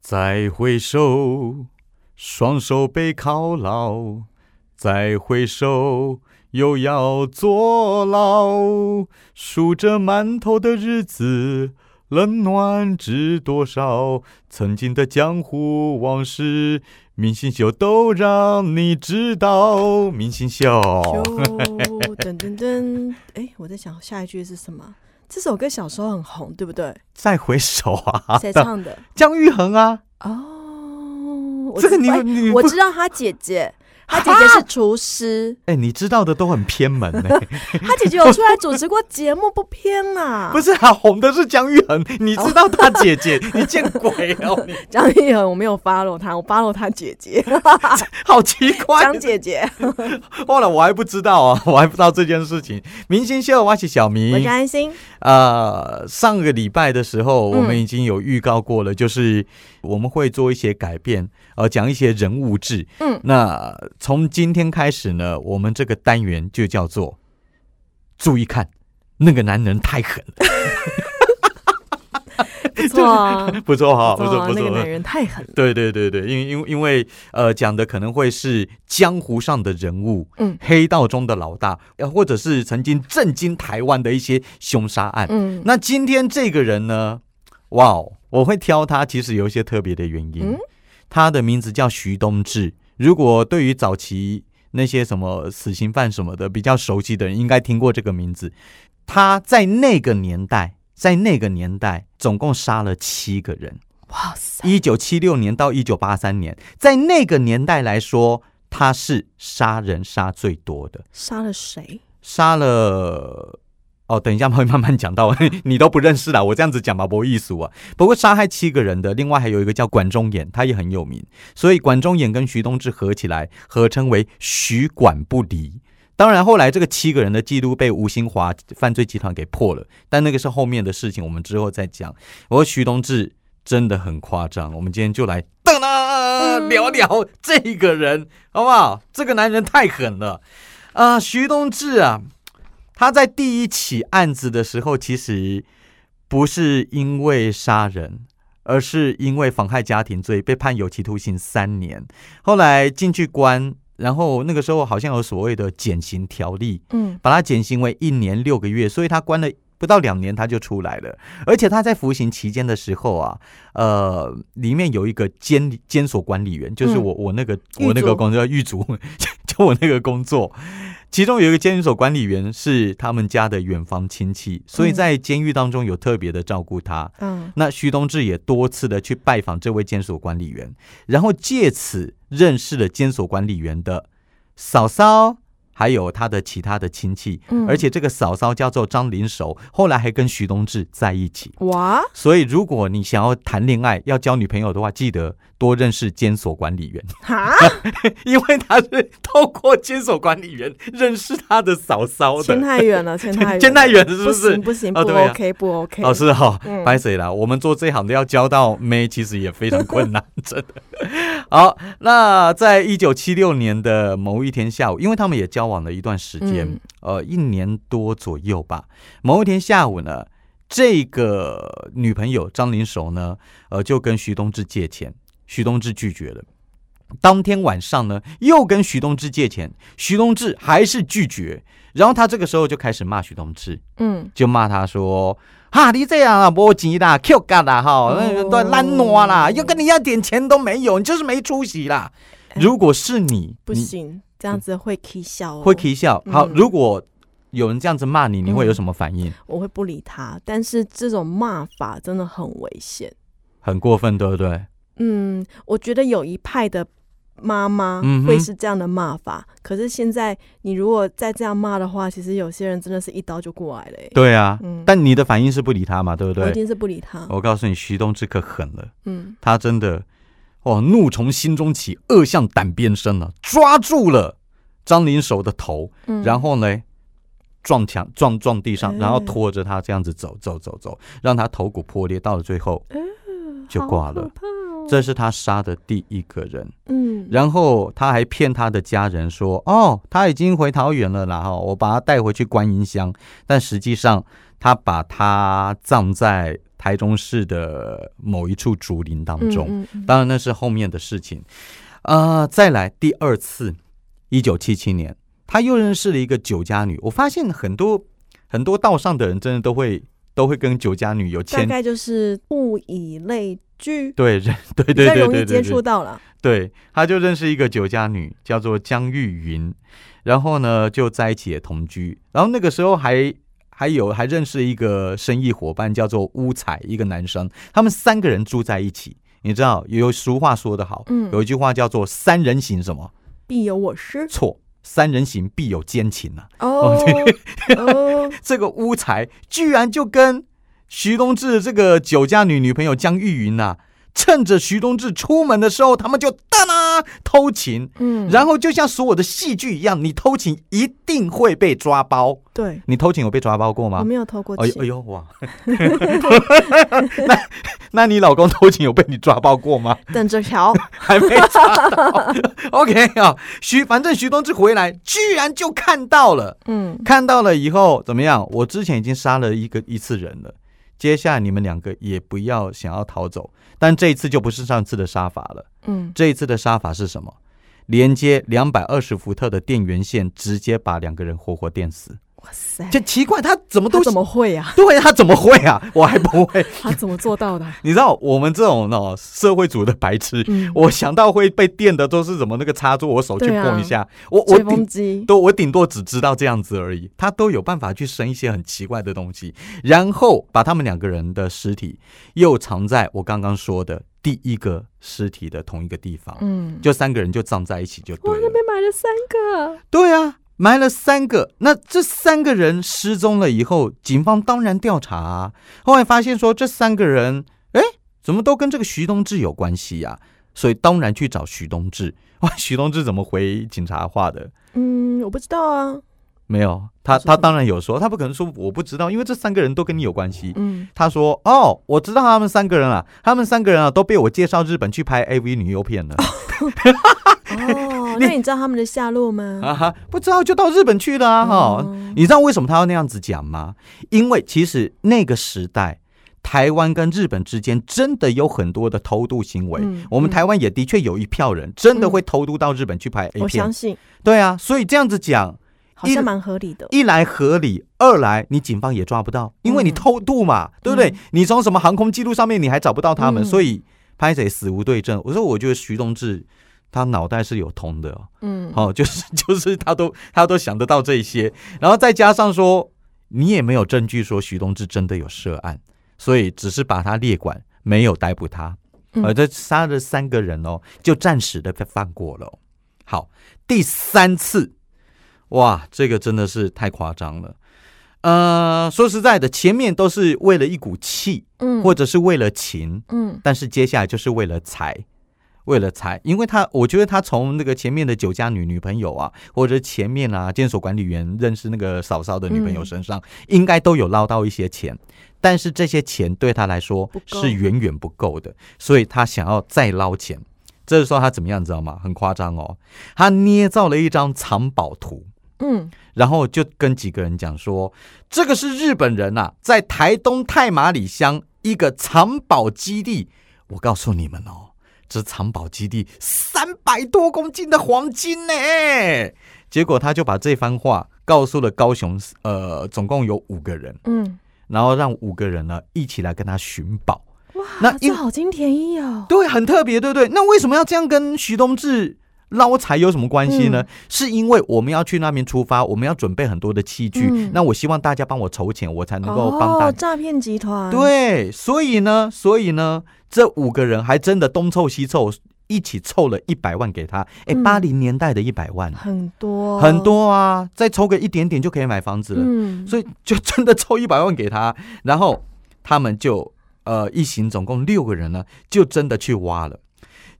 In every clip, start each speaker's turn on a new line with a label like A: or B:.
A: 再回首，双手被犒劳；再回首，又要坐牢。数着馒头的日子，冷暖知多少？曾经的江湖往事，明星秀都让你知道。明星秀，
B: 就 噔噔噔，哎，我在想下一句是什么？这首歌小时候很红，对不对？
A: 再回首啊！
B: 谁唱 的？
A: 姜育恒啊，
B: 哦，我
A: 这个
B: 知
A: 你
B: 哎
A: 你
B: 我
A: 不
B: 知道他姐 姐，他姐姐是厨师，
A: 哎、你知道的都很偏门 呢、
B: 他姐姐有出来主持过节目，不偏啦。
A: 不是啊，红的是姜育恒，你知道他姐姐，你见鬼哦，你
B: 江一恒，我没有 follow 他，我 follow 他 姐姐，
A: 好奇怪。
B: 江姐姐。
A: 后来我还不知道啊， 我还不知道这件事情。明星秀，我是小
B: 我是
A: 明。
B: 安心，
A: 呃，上个礼拜的时候，
B: 嗯
A: 我们已经有预告过了，就是我们会做一些改变，呃，讲一些人物志。
B: 嗯，
A: 那从今天开始呢，我们这个单元就叫做“注意看，那个男人太狠
B: 不错啊，”，
A: 不错哈、哦不
B: 不错
A: 错
B: 啊
A: 不
B: 那
A: 错。
B: 个男人太狠了。
A: 对对对对，因为因为因为呃，讲的可能会是江湖上的人物，
B: 嗯
A: 黑道中的老大，呃，或者是曾经震惊台湾的一些凶杀案。
B: 嗯，
A: 那今天这个人呢，哇哦，我会挑他，其实有一些特别的原因。
B: 嗯
A: 他的名字叫徐东志，如果对于早期那些什么死刑犯什么的比较熟悉的人，应该听过这个名字。他在那个年代，在那个年代，总共杀了七个人。
B: 哇塞，
A: 一九七六年到一九八三年，在那个年代来说，他是杀人杀最多的，
B: 杀了谁？
A: 杀了。哦，等一下会慢慢讲到， 你都不认识啦，我这样子讲吧，不艺术啊。不过杀害七个人的，另外还有一个叫管仲衍，他也很有名，所以管仲衍跟徐东志合起来，合称为徐管不离。当然，后来这个七个人的记录被吴兴华犯罪集团给破了，但那个是后面的事情，我们之后再讲。我说徐东志真的很夸张，我们今天就来噔啦
B: 嗯
A: 聊聊这个人，好不好？这个男人太狠了啊、徐东志啊，他在第一起案子的时候，其实不是因为杀人，而是因为妨害家庭罪被判有期徒刑三年，后来进去关，然后那个时候好像有所谓的减刑条例，
B: 嗯，
A: 把他减刑为一年六个月，所以他关了不到两年他就出来了，而且他在服刑期间的时候啊，呃，里面有一个监监所管理员，就是我、我那个
B: 嗯狱卒
A: 我那个工作狱卒， 就我那个工作。其中有一个监狱所管理员是他们家的远房亲戚，所以
B: 嗯
A: 在监狱当中有特别的照顾他。
B: 嗯，
A: 那徐东志也多次的去拜访这位监所管理员，然后借此认识了监所管理员的嫂嫂，还有他的其他的亲戚，
B: 嗯
A: 而且这个嫂嫂叫做张灵熟，后来还跟徐东志在一起。
B: 哇，
A: 所以，如果你想要谈恋爱、要交女朋友的话，记得多认识监所管理员，
B: 哈，
A: 因为他是透过监所管理员认识他的嫂嫂
B: 牵
A: 的。
B: 太远了，牵太远，
A: 哦监太远是
B: 不
A: 不是
B: 行？不行，不
A: 哦对啊
B: OK，不 OK。
A: 老，师哈
B: 嗯，
A: 哦拍谁啦？我们做这行的要交到妹，其实也非常困难，真的。 好，那在一九七六年的某一天下午，因为他们也交往了一段时间，
B: 嗯
A: 呃，一年多左右吧。某一天下午呢，这个女朋友张灵熟呢，呃，就跟徐东志借钱，徐东志拒绝了。当天晚上呢，又跟徐东志借钱，徐东志还是拒绝。然后他这个时候就开始骂徐东志，
B: 嗯，
A: 就骂他说：“哈，你这样啊，没钱啦，Q 干啦，
B: 哦
A: 哈，那个都懒惰啦，要跟你要点钱都没有，你就是没出息啦。”如果是你，
B: 哎不
A: 你
B: 行，这样子会 k 笑哦，
A: 会啼笑。好，
B: 嗯
A: 如果有人这样子骂你，你会有什么反应？
B: 我会不理他。但是这种骂法真的很危险。
A: 很过分，对不对？
B: 嗯，我觉得有一派的妈妈
A: 嗯哼
B: 会是这样的骂法，可是现在你如果再这样骂的话，其实有些人真的是一刀就过来了、欸。
A: 对哦啊，
B: 嗯
A: 但你的反应是不理他嘛，对不
B: 我一
A: 对？
B: 定是不理他。
A: 我告诉你，徐东志可狠了，
B: 嗯，
A: 他真的，哦，怒从心中起，恶向胆边生了，抓住了张灵手的头，
B: 嗯
A: 然后呢，撞墙撞撞地上，
B: 嗯
A: 然后拖着他这样子走走走走，让他头骨破裂，到了最后就挂了。
B: 嗯好可怕哦
A: 这是他杀的第一个人，
B: 嗯，
A: 然后他还骗他的家人说：“哦，他已经回桃园了啦，哈，我把他带回去观音乡。”但实际上，他把他葬在台中市的某一处竹林当中。
B: 嗯嗯
A: 当然那是后面的事情。啊，再来第二次，一九七七年，他又认识了一个酒家女。我发现很多很多道上的人真的都会都会跟酒家女有
B: 大
A: 牵
B: 概就是物以类聚，
A: 对 人对
B: 比
A: 对
B: 较
A: 对
B: 容易
A: 对
B: 接
A: 对
B: 触
A: 对，
B: 到了。
A: 对他就认识一个酒家女，叫做江玉云，然后呢就在一起也同居，然后那个时候还。还有还认识一个生意伙伴，叫做乌彩，一个男生，他们三个人住在一起。你知道有俗话说得好，
B: 嗯
A: 有一句话叫做“三人行”什么？
B: 必有我师
A: 错，三人行必有奸情啊！
B: 哦哦，
A: 这个乌才居然就跟徐东志这个酒家女女朋友江玉云呐、啊趁着徐东志出门的时候，他们就哒啦偷情，
B: 嗯，
A: 然后就像所有的戏剧一样，你偷情一定会被抓包。
B: 对，
A: 你偷情有被抓包过
B: 我
A: 吗？
B: 没有偷过
A: 哎呦哎
B: 情，
A: 呦哇！ 那那 你老公偷情有被你抓包过吗？
B: 等着 瞧。
A: 还没抓到。OK 啊，徐反正徐东志回来，居然就看到了。
B: 嗯，
A: 看到了以后怎么样？我之前已经杀了一个一次人了，接下来你们两个也不要想要逃走。但这一次就不是上次的杀法了，
B: 嗯，
A: 这一次的杀法是什么？连接两百二十伏特的电源线，直接把两个人活活电死。
B: 哇塞，
A: 这奇怪，他怎么
B: 他
A: 都
B: 怎么会呀？
A: 对他怎么会啊？我还不会。
B: 他怎么做到的？
A: 你知道我们这种哦社会主义的白痴，
B: 嗯，
A: 我想到会被电的都是什么那个插座，我手去
B: 对啊
A: 碰一下，我我
B: 吹
A: 顶
B: 风机，
A: 都我顶多只知道这样子而已，他都有办法去生一些很奇怪的东西，然后把他们两个人的尸体又藏在我刚刚说的第一个尸体的同一个地方，
B: 嗯，
A: 就三个人就葬在一起就
B: 哇，
A: 对
B: 那
A: 了。
B: 边买了三个，
A: 对啊，埋了三个，那这三个人失踪了以后，警方当然调查、啊，后来发现说这三个人，哎，怎么都跟这个徐东志有关系呀、所以当然去找徐东志。 哇，徐东志怎么回警察话的？
B: 嗯，我不知道啊，
A: 没有，他他
B: 他说什么
A: 当然有说，他不可能说我不知道，因为这三个人都跟你有关系。
B: 嗯，
A: 他说：“哦，我知道他们三个人了，他们三个人啊都被我介绍日本去拍 AV 女优片了、
B: 哦，那你知道他们的下落 吗？
A: 啊哈，不知道就到日本去了啊哈、
B: 哦
A: 你知道为什么他要那样子讲吗？因为其实那个时代，台湾跟日本之间真的有很多的偷渡行为。
B: 嗯
A: 我们
B: 嗯
A: 台湾也的确有一票人真的会偷渡到日本去拍 A
B: 我
A: 片
B: 相，信
A: 对啊，所以这样子讲，
B: 好
A: 一
B: 像蛮合理的，
A: 一来合理，二来你警方也抓不到，因为你
B: 嗯
A: 偷渡嘛，对不对
B: 嗯？
A: 你从什么航空记录上面你还找不到他们，
B: 嗯
A: 所以拍谁死无对证。我说，我觉得徐东志他脑袋是有通的哦，
B: 嗯，
A: 哦，就是 就是他都他都想得到这些，然后再加上说你也没有证据说徐东志真的有涉案，所以只是把他列管，没有逮捕他，
B: 嗯
A: 而这杀了三个人哦，就暂时的被放过了哦、好，第三次，哇，这个真的是太夸张了。呃，说实在的，前面都是为了一股气，
B: 嗯，
A: 或者是为了情，
B: 嗯
A: 但是接下来就是为了财，为了财，因为他我觉得他从那个前面的酒家女女朋友啊，或者前面啊监所管理员认识那个嫂嫂的女朋友
B: 嗯
A: 身上，应该都有捞到一些钱，但是这些钱对他来说
B: 不够
A: 是远远不够的，所以他想要再捞钱。这时候他怎么样，你知道吗？很夸张哦，他捏造了一张藏宝图。
B: 嗯，
A: 然后就跟几个人讲说，这个是日本人呐、啊在台东太马里乡一个藏宝基地。我告诉你们哦，这藏宝基地三百多公斤的黄金呢。结果他就把这番话告诉了高雄，呃，总共有五个人，
B: 嗯，
A: 然后让五个人呢一起来跟他寻宝。
B: 哇，
A: 那因
B: 这好金田一哦，
A: 对，很特别，对不对？那为什么要这样跟徐东志捞财有什么关系呢？
B: 嗯
A: 是因为我们要去那边出发，我们要准备很多的器具。
B: 嗯
A: 那我希望大家帮我筹钱，我才能够帮大
B: 哦，
A: 家。
B: 诈骗集团，，
A: 对，所以呢，所以呢，这五个人还真的东凑西凑，一起凑了一百万给他。哎，
B: 嗯哦
A: 八零年代的一百万、
B: 很多
A: 很，多啊，再抽个一点点就可以买房子了。
B: 嗯，
A: 所以就真的抽一百万给他，然后他们就呃一行总共六个人呢，就真的去挖了，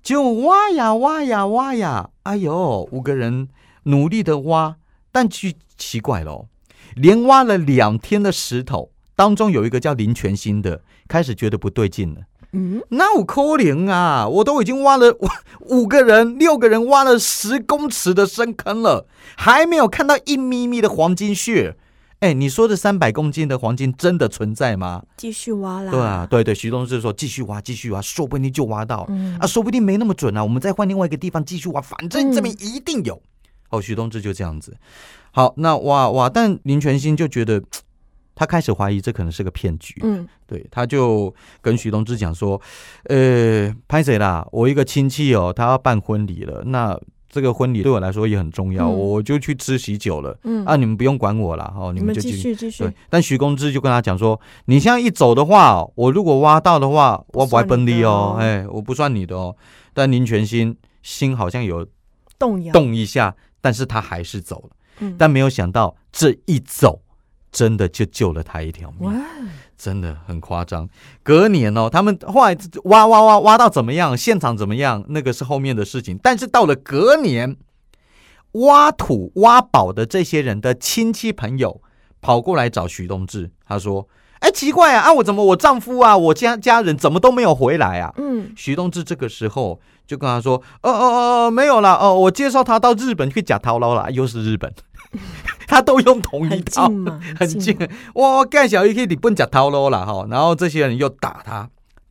A: 就挖呀挖呀挖呀，哎呦，五个人努力的挖，但奇奇怪喽，连挖了两天的石头，当中有一个叫林全新的，开始觉得不对劲了。
B: 嗯，
A: 那我扣零啊！我都已经挖了 五个人、六个人，挖了十公尺的深坑了，还没有看到一咪咪的黄金穴。哎、你说的三百公斤的黄金真的存在吗？
B: 继续挖啦。
A: 对啊，，对对，徐东是说继续挖，继续挖，说不定就挖到了。
B: 嗯
A: 啊，说不定没那么准啊，我们再换另外一个地方继续挖，反正
B: 嗯
A: 这边一定有。哦，徐东志就这样子。好，那哇哇，但林全新就觉得他开始怀疑这可能是个骗局，
B: 嗯
A: 对，他就跟徐东志讲说，呃，潘谁啦，我一个亲戚哦，他要办婚礼了，那这个婚礼对我来说也很重要，
B: 嗯
A: 我就去吃喜酒了。
B: 嗯
A: 啊，，你们不用管我啦，哦，
B: 你
A: 们
B: 们
A: 就
B: 继续继续
A: 对，，但徐公志就跟他讲说，你现在一走的话哦，我如果挖到的话，我不会
B: 不算
A: 分
B: 你的
A: 你哦
B: 哦，
A: 哎，我不算你的哦。但林全新心好像有
B: 动摇，
A: 动一下，但是他还是走了。
B: 嗯，
A: 但没有想到这一走，真的就救了他一条
B: 哇
A: 命，，真的很夸张。隔年哦，他们后来挖挖挖挖到怎么样，现场怎么样，那个是后面的事情。但是到了隔年，挖土挖宝的这些人的亲戚朋友跑过来找徐东志，他说：“哎，奇怪啊，啊我怎么我丈夫啊，我家家人怎么都没有回来啊？”
B: 嗯，
A: 徐东志这个时候就跟他说：“哦哦哦哦，没有啦，哦，我介绍他到日本去假逃捞啦，又是日本，他都用同一
B: 很
A: 套
B: 近，嘛，
A: 嗯哦很近
B: 近，。
A: 哇，我盖小一去日本假逃捞啦哈，然后这些人又打他，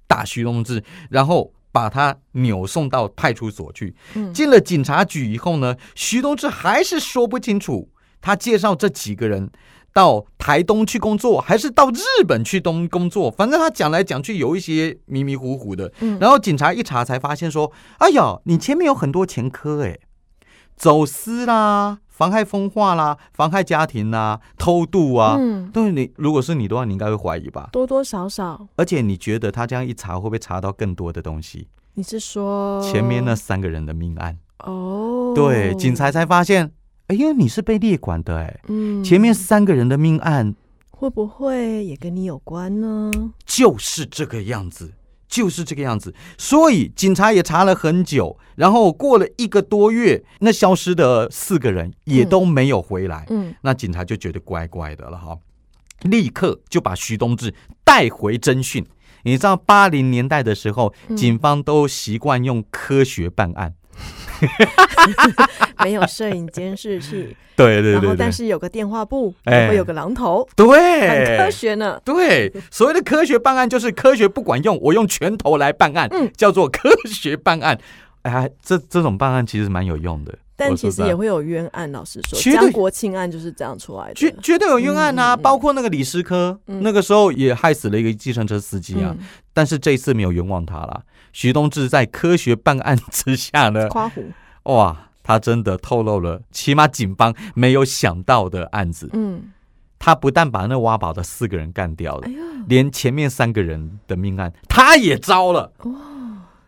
A: 打徐东志，然后把他扭送到派出所去。
B: 嗯
A: 进了警察局以后呢，徐东志还是说不清楚，他介绍这几个人到台东去工作，还是到日本去东工作，反正他讲来讲去有一些迷迷糊糊的。
B: 嗯
A: 然后警察一查才发现说，哎呀，你前面有很多前科哎，走私啦，妨害风化啦，妨害家庭啦，偷渡啊。
B: 嗯，
A: 对你，如果是你的话，你应该会怀疑吧？
B: 多多少少，
A: 而且你觉得他这样一查，会不会查到更多的东西？
B: 你是说
A: 前面那三个人的命案。
B: 哦，
A: 对，警察才发现，哎呦，你是被列管的哎。
B: 嗯，
A: 前面三个人的命案
B: 会不会也跟你有关呢？
A: 就是这个样子，就是这个样子。所以警察也查了很久，然后过了一个多月，那消失的四个人也都没有回来。
B: 嗯
A: 那警察就觉得怪怪的了哈，立刻就把徐东志带回侦讯。你知道八零年代的时候，
B: 嗯
A: 警方都习惯用科学办案。
B: 没有摄影监视器，
A: 对对
B: 然
A: 对对
B: 后但，是有个电话簿，
A: 哎
B: 会有个榔头，
A: 对，
B: 很科学呢。
A: 对，所谓的科学办案就是科学不管用，我用拳头来办案，
B: 嗯
A: 叫做科学办案。 哎，这这种办案其实蛮有用的，
B: 但
A: 我说
B: 其实
A: 实在
B: 也会有冤案，老实说，
A: 啊绝对
B: 江国庆案就是这样出来
A: 绝
B: 的。
A: 绝对有冤案啊，包括那个李师科，
B: 嗯
A: 那个时候也害死了一个计程车司机啊，但是这一次没有冤枉他啦。徐东志在科学办案之下呢
B: 嗯，，夸虎，
A: 哇，他真的透露了起码警方没有想到的案子。
B: 嗯，
A: 他不但把那挖宝的四个人干掉了
B: 哎，呀，
A: 连前面三个人的命案他也招了。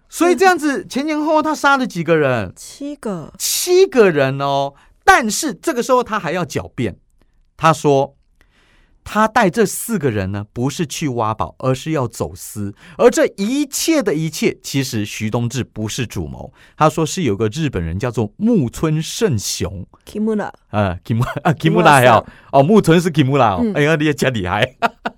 A: 所以这样子前前后后他杀了几个人？
B: 七个，
A: 七个人哦。但是这个时候他还要狡辩，他说他带这四个人呢，不是去挖宝，而是要走私。而这一切的一切，其实徐东志不是主谋。他说是有个日本人叫做木村胜雄，
B: Kimura，
A: 呃，Kim 啊，Kimura 哦，哦，木村是 Kimura 哦，
B: 嗯
A: 哎呀，你也真厉害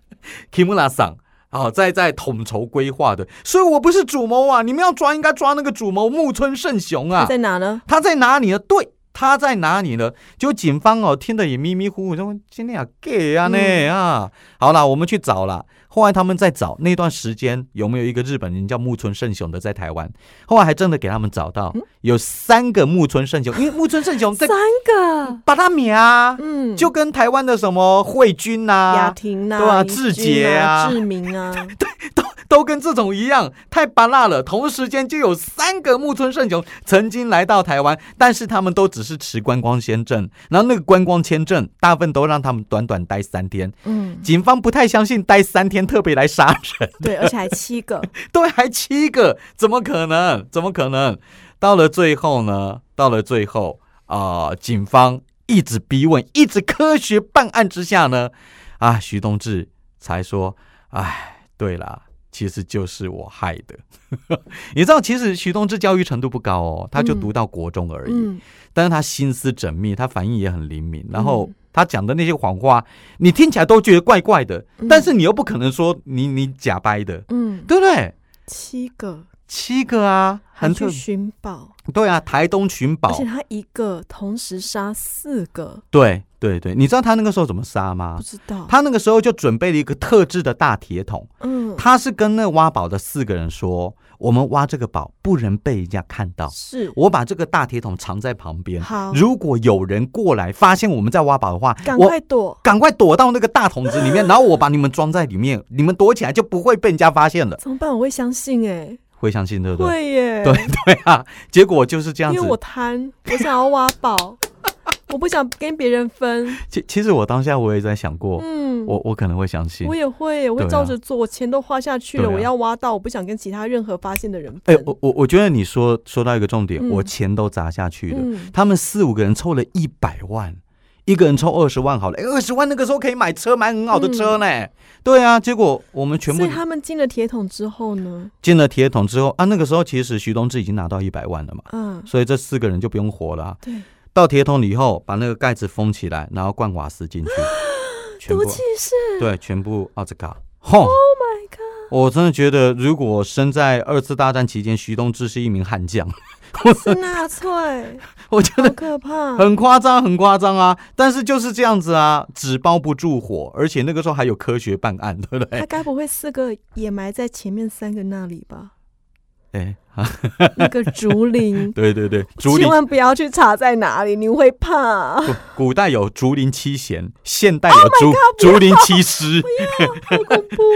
A: ，Kimura 桑。哦，在在统筹规划的，所以我不是主谋啊！你们要抓，应该抓那个主谋木村胜雄
B: 他
A: 啊！
B: 在哪呢？
A: 他在哪里呢？对，他在哪里呢？就警方哦，听得也迷迷糊糊，说今天啊 gay 啊呢、
B: 嗯
A: 啊，好啦，我们去找啦。后来他们在找那段时间有没有一个日本人叫木村胜雄的在台湾，后来还真的给他们找
B: 嗯
A: 到，有三个木村胜雄，因为木村胜雄在
B: 三个，
A: 巴达米啊，
B: 嗯，
A: 就跟台湾的什么慧君
B: 雅
A: 呐、
B: 婷呐，
A: 对啊
B: 林
A: 志
B: 君
A: 杰啊
B: 啊，志 明啊，
A: 都跟这种一样，太巴辣了。同时间就有三个木村胜雄曾经来到台湾，但是他们都只是持观光签证，然后那个观光签证大部分都让他们短短待三天。
B: 嗯，
A: 警方不太相信待三天特别来杀人，
B: 对，而且还七个，
A: 对，还七个，怎么可能？怎么可能？到了最后呢？到了最后啊、警方一直逼问，一直科学办案之下呢，啊，徐东志才说：“哎，对啦，其实就是我害的。” 你知道，其实徐东志教育程度不高哦，他就
B: 嗯
A: 读到国中而已，
B: 嗯，
A: 但是他心思缜密，他反应也很灵敏，然后。
B: 嗯
A: 他讲的那些谎话，你听起来都觉得怪怪的，
B: 嗯
A: 但是你又不可能说你你假掰的，
B: 嗯，
A: 对不对？
B: 七个，
A: 七个啊，
B: 还
A: 很特
B: 去寻宝，
A: 对啊，台东寻
B: 而
A: 宝
B: 且，他一个同时杀四个，
A: 对对对，你知道他那个时候怎么杀吗
B: 不？知道。
A: 他那个时候就准备了一个特制的大铁桶，
B: 嗯，
A: 他是跟那挖宝的四个人说：“我们挖这个宝不能被人家看到，
B: 是
A: 我把这个大铁桶藏在旁边。
B: 好，
A: 如果有人过来发现我们在挖宝的话，
B: 赶
A: 我
B: 快躲，
A: 赶快躲到那个大桶子里 面，然后我把你们装在里面，你们躲起来就不会被人家发现了。
B: 怎么办？我会相信哎，
A: 会相信对不对？
B: 会耶，
A: 对对啊，结果就是这样
B: 因为我
A: 子。
B: 贪，我想要挖 宝，我不想跟别人分。
A: 其其实我当下我也在想过，
B: 嗯，
A: 我我可能会相信
B: 我。也会，我会
A: 对啊
B: 照着做，我钱都花下去了，
A: 对啊
B: 我要挖到，我不想跟其他任何发现的人
A: 哎
B: 分。，
A: 我我我觉得你说说到一个重点，
B: 嗯
A: 我钱都砸下去了，
B: 嗯，
A: 他们四五个人凑了一百万，一个人凑二十万好了，哎，二十万那个时候可以买车，买很好的车呢。对啊，结果我们全部
B: 嗯所以他们进了铁桶之后呢，
A: 进了铁桶之后啊，那个时候其实徐东志已经拿到一百万了嘛，
B: 嗯，
A: 所以这四个人就不用活了啊、
B: 对，
A: 到铁桶里以后，把那个盖子封起来，然后灌瓦斯 进去，全部
B: 毒气啊室
A: 对，全部奥斯卡。吼！
B: ，Oh my god，
A: 我真的觉得，如果身在二次大战期间，徐东志是一名悍将，
B: 是纳粹，
A: 我觉
B: 好
A: 得
B: 可怕。
A: 很夸张，很夸张啊！但是就是这样子啊，纸包不住火，而且那个时候还有科学办案，对不对？
B: 他该不会四个也埋在前面三个那里吧？
A: 哎、，
B: 那个竹林
A: 对对对， 竹林
B: 千，万不要去查在哪里，你会怕。
A: 古古代有竹林七贤，现代
B: Oh
A: 有竹、竹林七 师，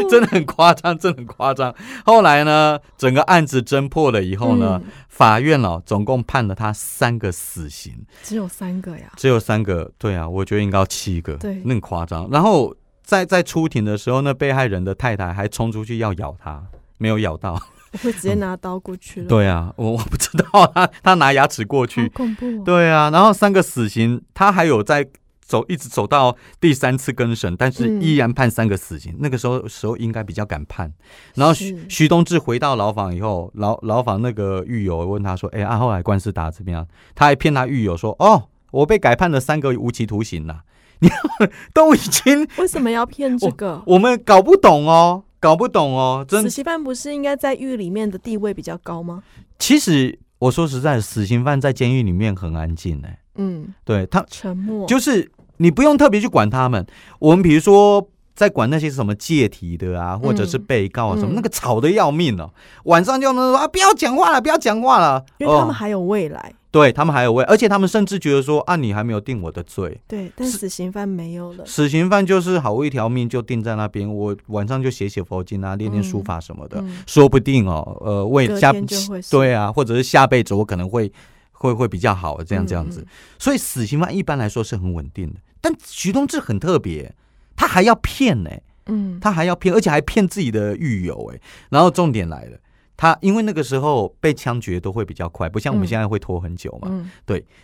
A: 真的很夸张，真的很夸张。后来呢，整个案子侦破了以后呢，
B: 嗯
A: 法院哦，总共判了他三个死刑，
B: 只有三个呀，
A: 只有三个，对啊，我觉得应该要七个，
B: 对
A: 那很夸张。然后在在出庭的时候，那被害人的太太还冲出去要咬他，没有咬到。
B: 我会直接拿刀过去
A: 嗯
B: 了。，
A: 对啊，我我不知道他他拿牙齿过去
B: 好，恐怖、哦。
A: 对啊，然后三个死刑，他还有在走，一直走到第三次更审，但是
B: 嗯
A: 依然判三个死刑。那个时候时候应该比较敢判。然后徐
B: 是
A: 徐东志回到牢房以后，牢牢房那个狱友问他说：“哎、啊，后来官司打得怎么样？”他还骗他狱友说：“哦，我被改判了三个无期徒刑啦。”你 都已经
B: 为什么要骗这个？
A: 我们搞不懂哦，搞不懂哦，真
B: 死刑犯不是应该在狱里面的地位比较高吗？
A: 其实我说实在的，死刑犯在监狱里面很安静哎、
B: 嗯，
A: 对他
B: 沉默。
A: 就是你不用特别去管他们。我们比如说在管那些什么借题的啊，或者是被告啊什么，
B: 嗯
A: 那个吵得要命哦。晚上就能说啊，不要讲话了，不要讲话了。
B: 因为他们
A: 哦、
B: 还有未来，
A: 对他们还有位，而且他们甚至觉得说啊，你还没有定我的罪。
B: 对，但死刑犯没有了。
A: 死刑犯就是好一条命就定在那边，我晚上就写写佛经啊，练练书法什么的，
B: 嗯，
A: 说不定哦，呃，为
B: 隔
A: 下
B: 天就会死
A: 对啊，或者是下辈子我可能会会会比较好，这样这样子。
B: 嗯
A: 所以死刑犯一般来说是很稳定的，但徐东志很特别，他还要骗呢、
B: 嗯，
A: 他还要骗，而且还骗自己的狱友哎、然后重点来了，他因为那个时候被枪决都会比较快，不像我们
B: 嗯
A: 现在会拖很久嘛。
B: 嗯，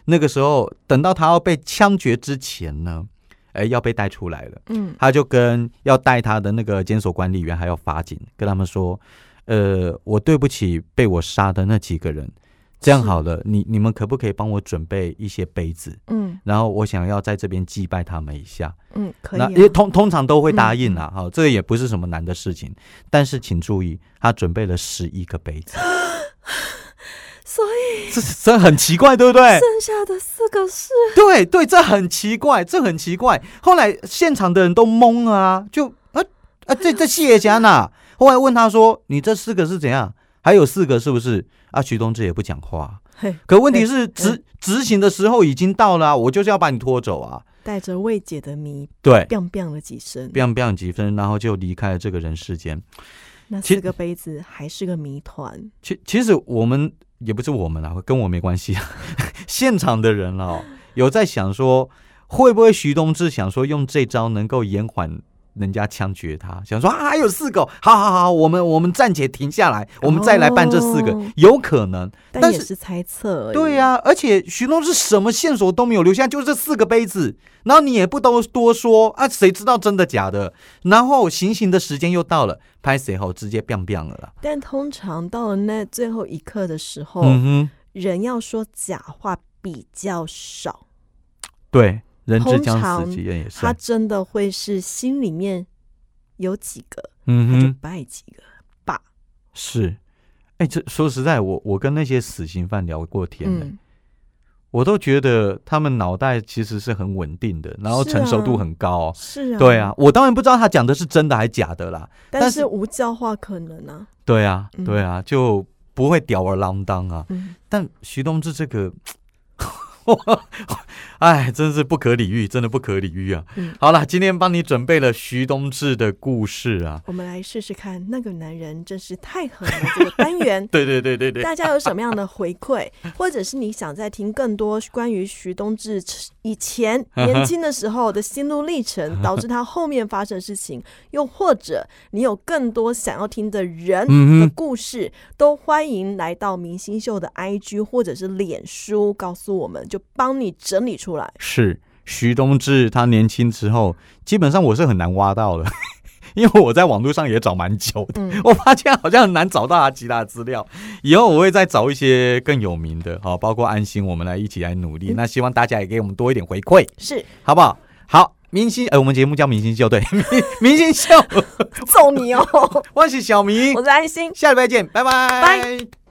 A: 那个时候等到他要被枪决之前呢，哎、要被带出来了。
B: 嗯，
A: 他就跟要带他的那个监所管理员还有法警跟他们说，呃，我对不起被我杀的那几个人，这样好了，你你们可不可以帮我准备一些杯子？
B: 嗯，
A: 然后我想要在这边祭拜他们一下，
B: 嗯，可以
A: 那
B: 啊。嗯
A: 也通通常都会答应啦，哈、这个也不是什么难的事情。但是请注意，他准备了十一个杯子，
B: 所以
A: 这这很奇怪，对不对？
B: 剩下的四个是
A: 对对，这很奇怪，这很奇怪。后来现场的人都懵了啊，就啊啊，这这谢家呐。后来问他说：“你这四个是怎样？还有四个是不是？”啊，徐东志也不讲话。
B: 嘿
A: 可问题是执执行的时候已经到了啊、我就是要把你拖走啊。
B: 带着未解的谜，
A: 对，
B: biang biang 了几声，
A: biang biang 几分，然后就离开了这个人世间。
B: 那
A: 其
B: 四个杯子还是个谜团。
A: 其其实我们也不是我们啦，跟我没关系啊。 现场的人哦，有在想说，会不会徐东志想说用这招能够延缓人家枪决他？想说啊，还有四个哦，好好好，我们我们暂且停下来，我们再来办这四个，
B: 哦
A: 有可能。但
B: 但也
A: 是
B: 是猜测而已。
A: 对呀、而且徐东志什么线索都没有留下，就这四个杯子，然后你也不多多说啊，谁知道真的假的？然后行刑的时间又到了，拍谁后直接 biang biang 了啦。
B: 但通常到了那最后一刻的时候，
A: 嗯哼，
B: 人要说假话比较少，
A: 对，人之
B: 通
A: 将
B: 常
A: 死，其言也善
B: 他。真的会是心里面有几个，
A: 嗯
B: 他就
A: 哼，
B: 拜几个。
A: 是。哎、这说实在，我我跟那些死刑犯聊过天呢、
B: 嗯，
A: 我都觉得他们脑袋其实是很稳定的，然后
B: 是
A: 成熟度
B: 啊
A: 很高、
B: 是啊，
A: 对啊，，我当然不知道他讲的是真的还假的啦。但
B: 但
A: 是
B: 是无教化可能啊，
A: 对啊，
B: 嗯
A: 对啊，就不会吊儿郎当啊。
B: 嗯，
A: 但徐东志这个， 我哎，真是不可理喻，真的不可理喻啊！
B: 嗯
A: 好了，今天帮你准备了徐东志的故事啊。，
B: 我们来试试看，那个男人真是太狠了。这个单元
A: 对对对对 对，
B: 大家有什么样的回 馈，或者是你想再听更多关于徐东志以前年轻的时候的心路 历程，导致他后面发生的事情，又或者你有更多想要听的人
A: 嗯
B: 的
A: 哼
B: 故事，都欢迎来到明星秀的 IG 或者是脸书，告诉我们，就帮你整理出来。
A: 是徐东志，他年轻之后，基本上我是很难挖到的， 因为我在网络上也找蛮久的。
B: 嗯
A: 我发现好像很难找到他其他的资料，以后我会再找一些更有名的，好，包括安心，我们来一起来努
B: 嗯
A: 力。那希望大家也给我们多一点回馈，
B: 是
A: 好不好？好，明星，呃，我们节目叫明星秀，对， 明明星秀，
B: 揍你哦！
A: 我是小明
B: 我，是安心。
A: 下礼拜见，拜拜
B: 拜